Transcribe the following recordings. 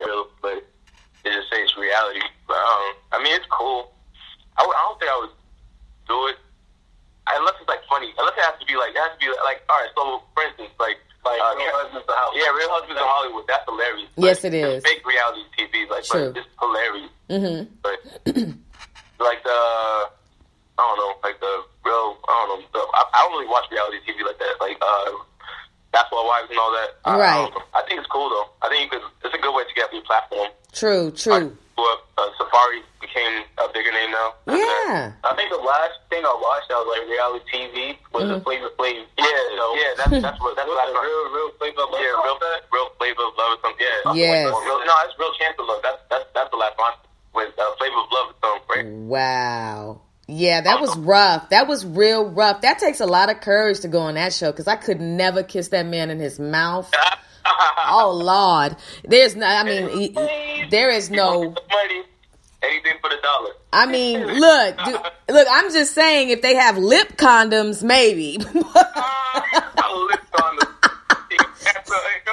um, don't think I would do it unless it's like funny. Unless it has to be like it has to be like all right. So for instance, like like uh, Real Husbands of Hollywood. Yeah, Real Husbands of Hollywood. That's hilarious. Yes, like, it the is. Fake reality TV. Like, True. but it's hilarious. Mm-hmm. But like the I don't know, like the real I don't know. The, I, I don't really watch reality TV like that. Like uh, that's why wives and all that. I, I, Right. don't know. I think it's cool though. I think you could, it's a good way to get up your platform. True, true. Well, uh, Safari became a bigger name now. uh, Yeah. I think the last thing I watched that was like reality TV was Mm-hmm. the Flavor Flav. Yeah, yeah, that's that's what that's what I real real Flavor Love. Yeah, real real Flavor of Love or something. Yeah. something Yes. Like that. Real, no, it's real Chance of Love. That's that's that's the last one with uh, Flavor of Love or something, right? Mm. Wow. Yeah, that was rough. That was real rough. That takes a lot of courage to go on that show because I could never kiss that man in his mouth. oh Lord, there's no. I mean, he- he- there is no. Money, anything for the dollar. I mean, look, do, look. I'm just saying, if they have lip condoms, maybe. Ah, I lift on the. That's what I do.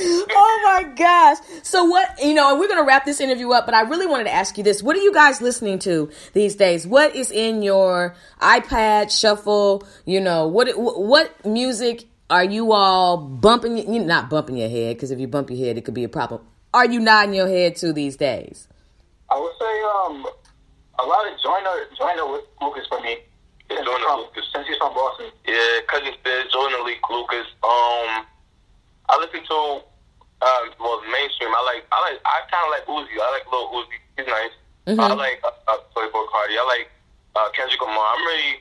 oh my gosh. So what, you know, and we're going to wrap this interview up, but I really wanted to ask you this. What are you guys listening to these days? What is in your iPad shuffle? You know, what what music are you all bumping you not bumping your head because if you bump your head it could be a problem. Are you nodding your head to these days? I would say um, a lot of Joyner Joyner with Lucas for me. Yeah, since, Joyner he's from, Lucas. since he's from Boston. Yeah, cousin Fizz, Jordan Lee, Lucas. Um, I listen to um, well mainstream. I like I like I kind of like Uzi. I like Lil Uzi. He's nice. I like uh, uh, Playboy Cardi. I like uh, Kendrick Lamar. I'm really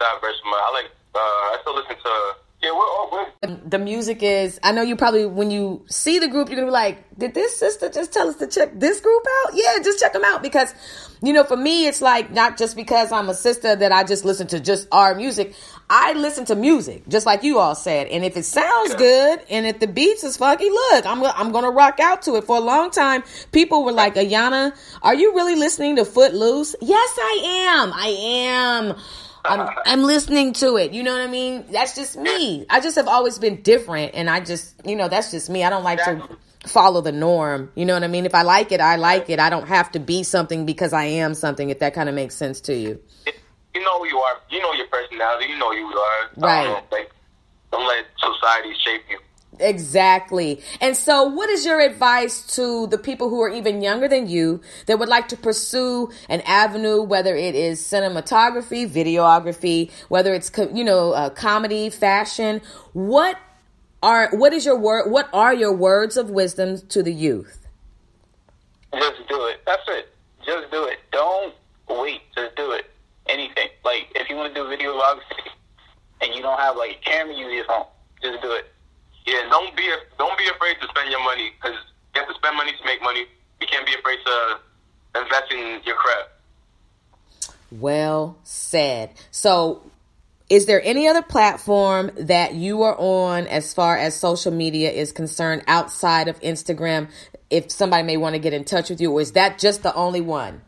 diverse. Man. I like. Uh, I still listen to. Yeah, we're all we're The music is I know you probably when you see the group you're going to be like, "Did this sister just tell us to check this group out?" Yeah, just check them out because you know, for me it's like not just because I'm a sister that I just listen to just our music. I listen to music, just like you all said. And if it sounds good and if the beats is funky, look, I'm go- I'm going to rock out to it. For a long time, people were like, "Ayana, are you really listening to Footloose?" Yes, I am. I am. I'm, I'm listening to it. You know what I mean? That's just me. I just have always been different, and I just, you know, that's just me. I don't like to follow the norm. You know what I mean? If I like it, I like it. I don't have to be something because I am something. If that kind of makes sense to you, you know who you are. You know your personality. You know who you are. Right. Um, like, don't let society shape you. exactly. And so, what is your advice to the people who are even younger than you that would like to pursue an avenue, whether it is cinematography, videography, whether it's co- you know uh, comedy, fashion? What are what is your word what are your words of wisdom to the youth Just do it. That's it. Just do it. Don't wait. Just do it. Anything. Like if you want to do videography and you don't have like a camera, use your phone. Just do it. Yeah, don't be don't be afraid to spend your money because you have to spend money to make money. You can't be afraid to invest in your craft. well said so is there any other platform that you are on as far as social media is concerned outside of instagram if somebody may want to get in touch with you or is that just the only one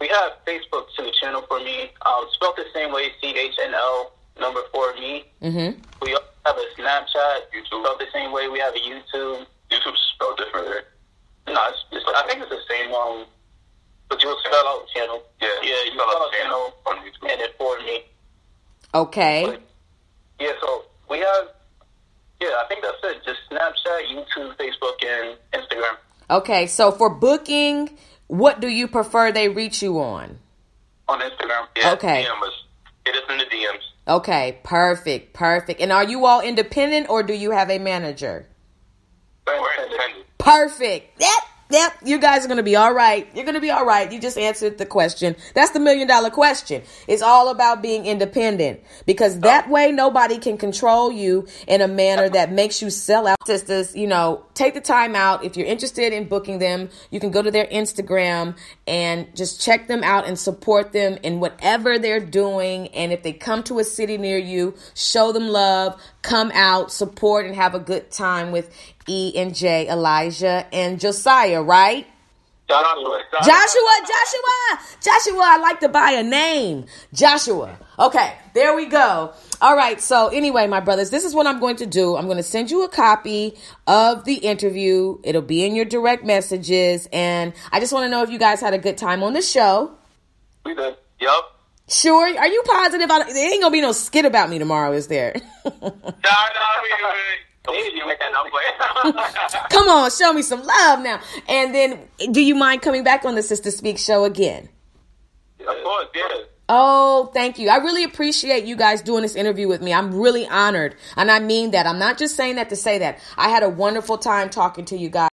We have Facebook too. Channel for me. Um, spelled the same way. C H N L number four me. Mm-hmm. We also have a Snapchat. YouTube. Spelled the same way. We have a YouTube. YouTube's spelled different. Right? No, it's, it's, I think it's the same. Um, but you'll spell out channel. Yeah, yeah, you spell spell out out channel channel on YouTube. and then for me. okay Yeah, so we have, yeah, I think that's it. Just Snapchat, YouTube, Facebook, and Instagram. okay so for booking what do you prefer they reach you on On Instagram. Yeah, Okay. DM us. Hit us in the DMs. okay perfect perfect and are you all independent or do you have a manager We're independent. Perfect. Yep. Yep. You guys are going to be all right. You're going to be all right. You just answered the question. That's the million dollar question. It's all about being independent because that way nobody can control you in a manner that makes you sell out. Sisters, you know, take the time out. If you're interested in booking them, you can go to their Instagram and just check them out and support them in whatever they're doing. And if they come to a city near you, show them love, come out, support, and have a good time with E and J, Elijah and Josiah, right? Joshua. Joshua, Joshua, Joshua. I like to buy a name. Joshua. Okay, there we go. All right, so anyway, my brothers, this is what I'm going to do. I'm going to send you a copy of the interview. It'll be in your direct messages. And I just want to know if you guys had a good time on the show. We did. Yep. Sure. Are you positive? I, there ain't going to be no skit about me tomorrow, is there? No, no, we did. You can Come on, show me some love now. And then, do you mind coming back on the Sister Speak show again? Of course, yeah. Oh, thank you. I really appreciate you guys doing this interview with me. I'm really honored. And I mean that. I'm not just saying that to say that. I had a wonderful time talking to you guys.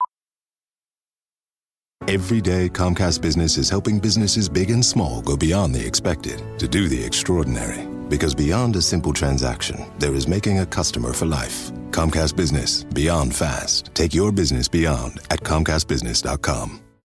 Every day, Comcast Business is helping businesses big and small go beyond the expected to do the extraordinary. Because beyond a simple transaction, there is making a customer for life. Comcast Business, beyond fast. Take your business beyond at ComcastBusiness.com.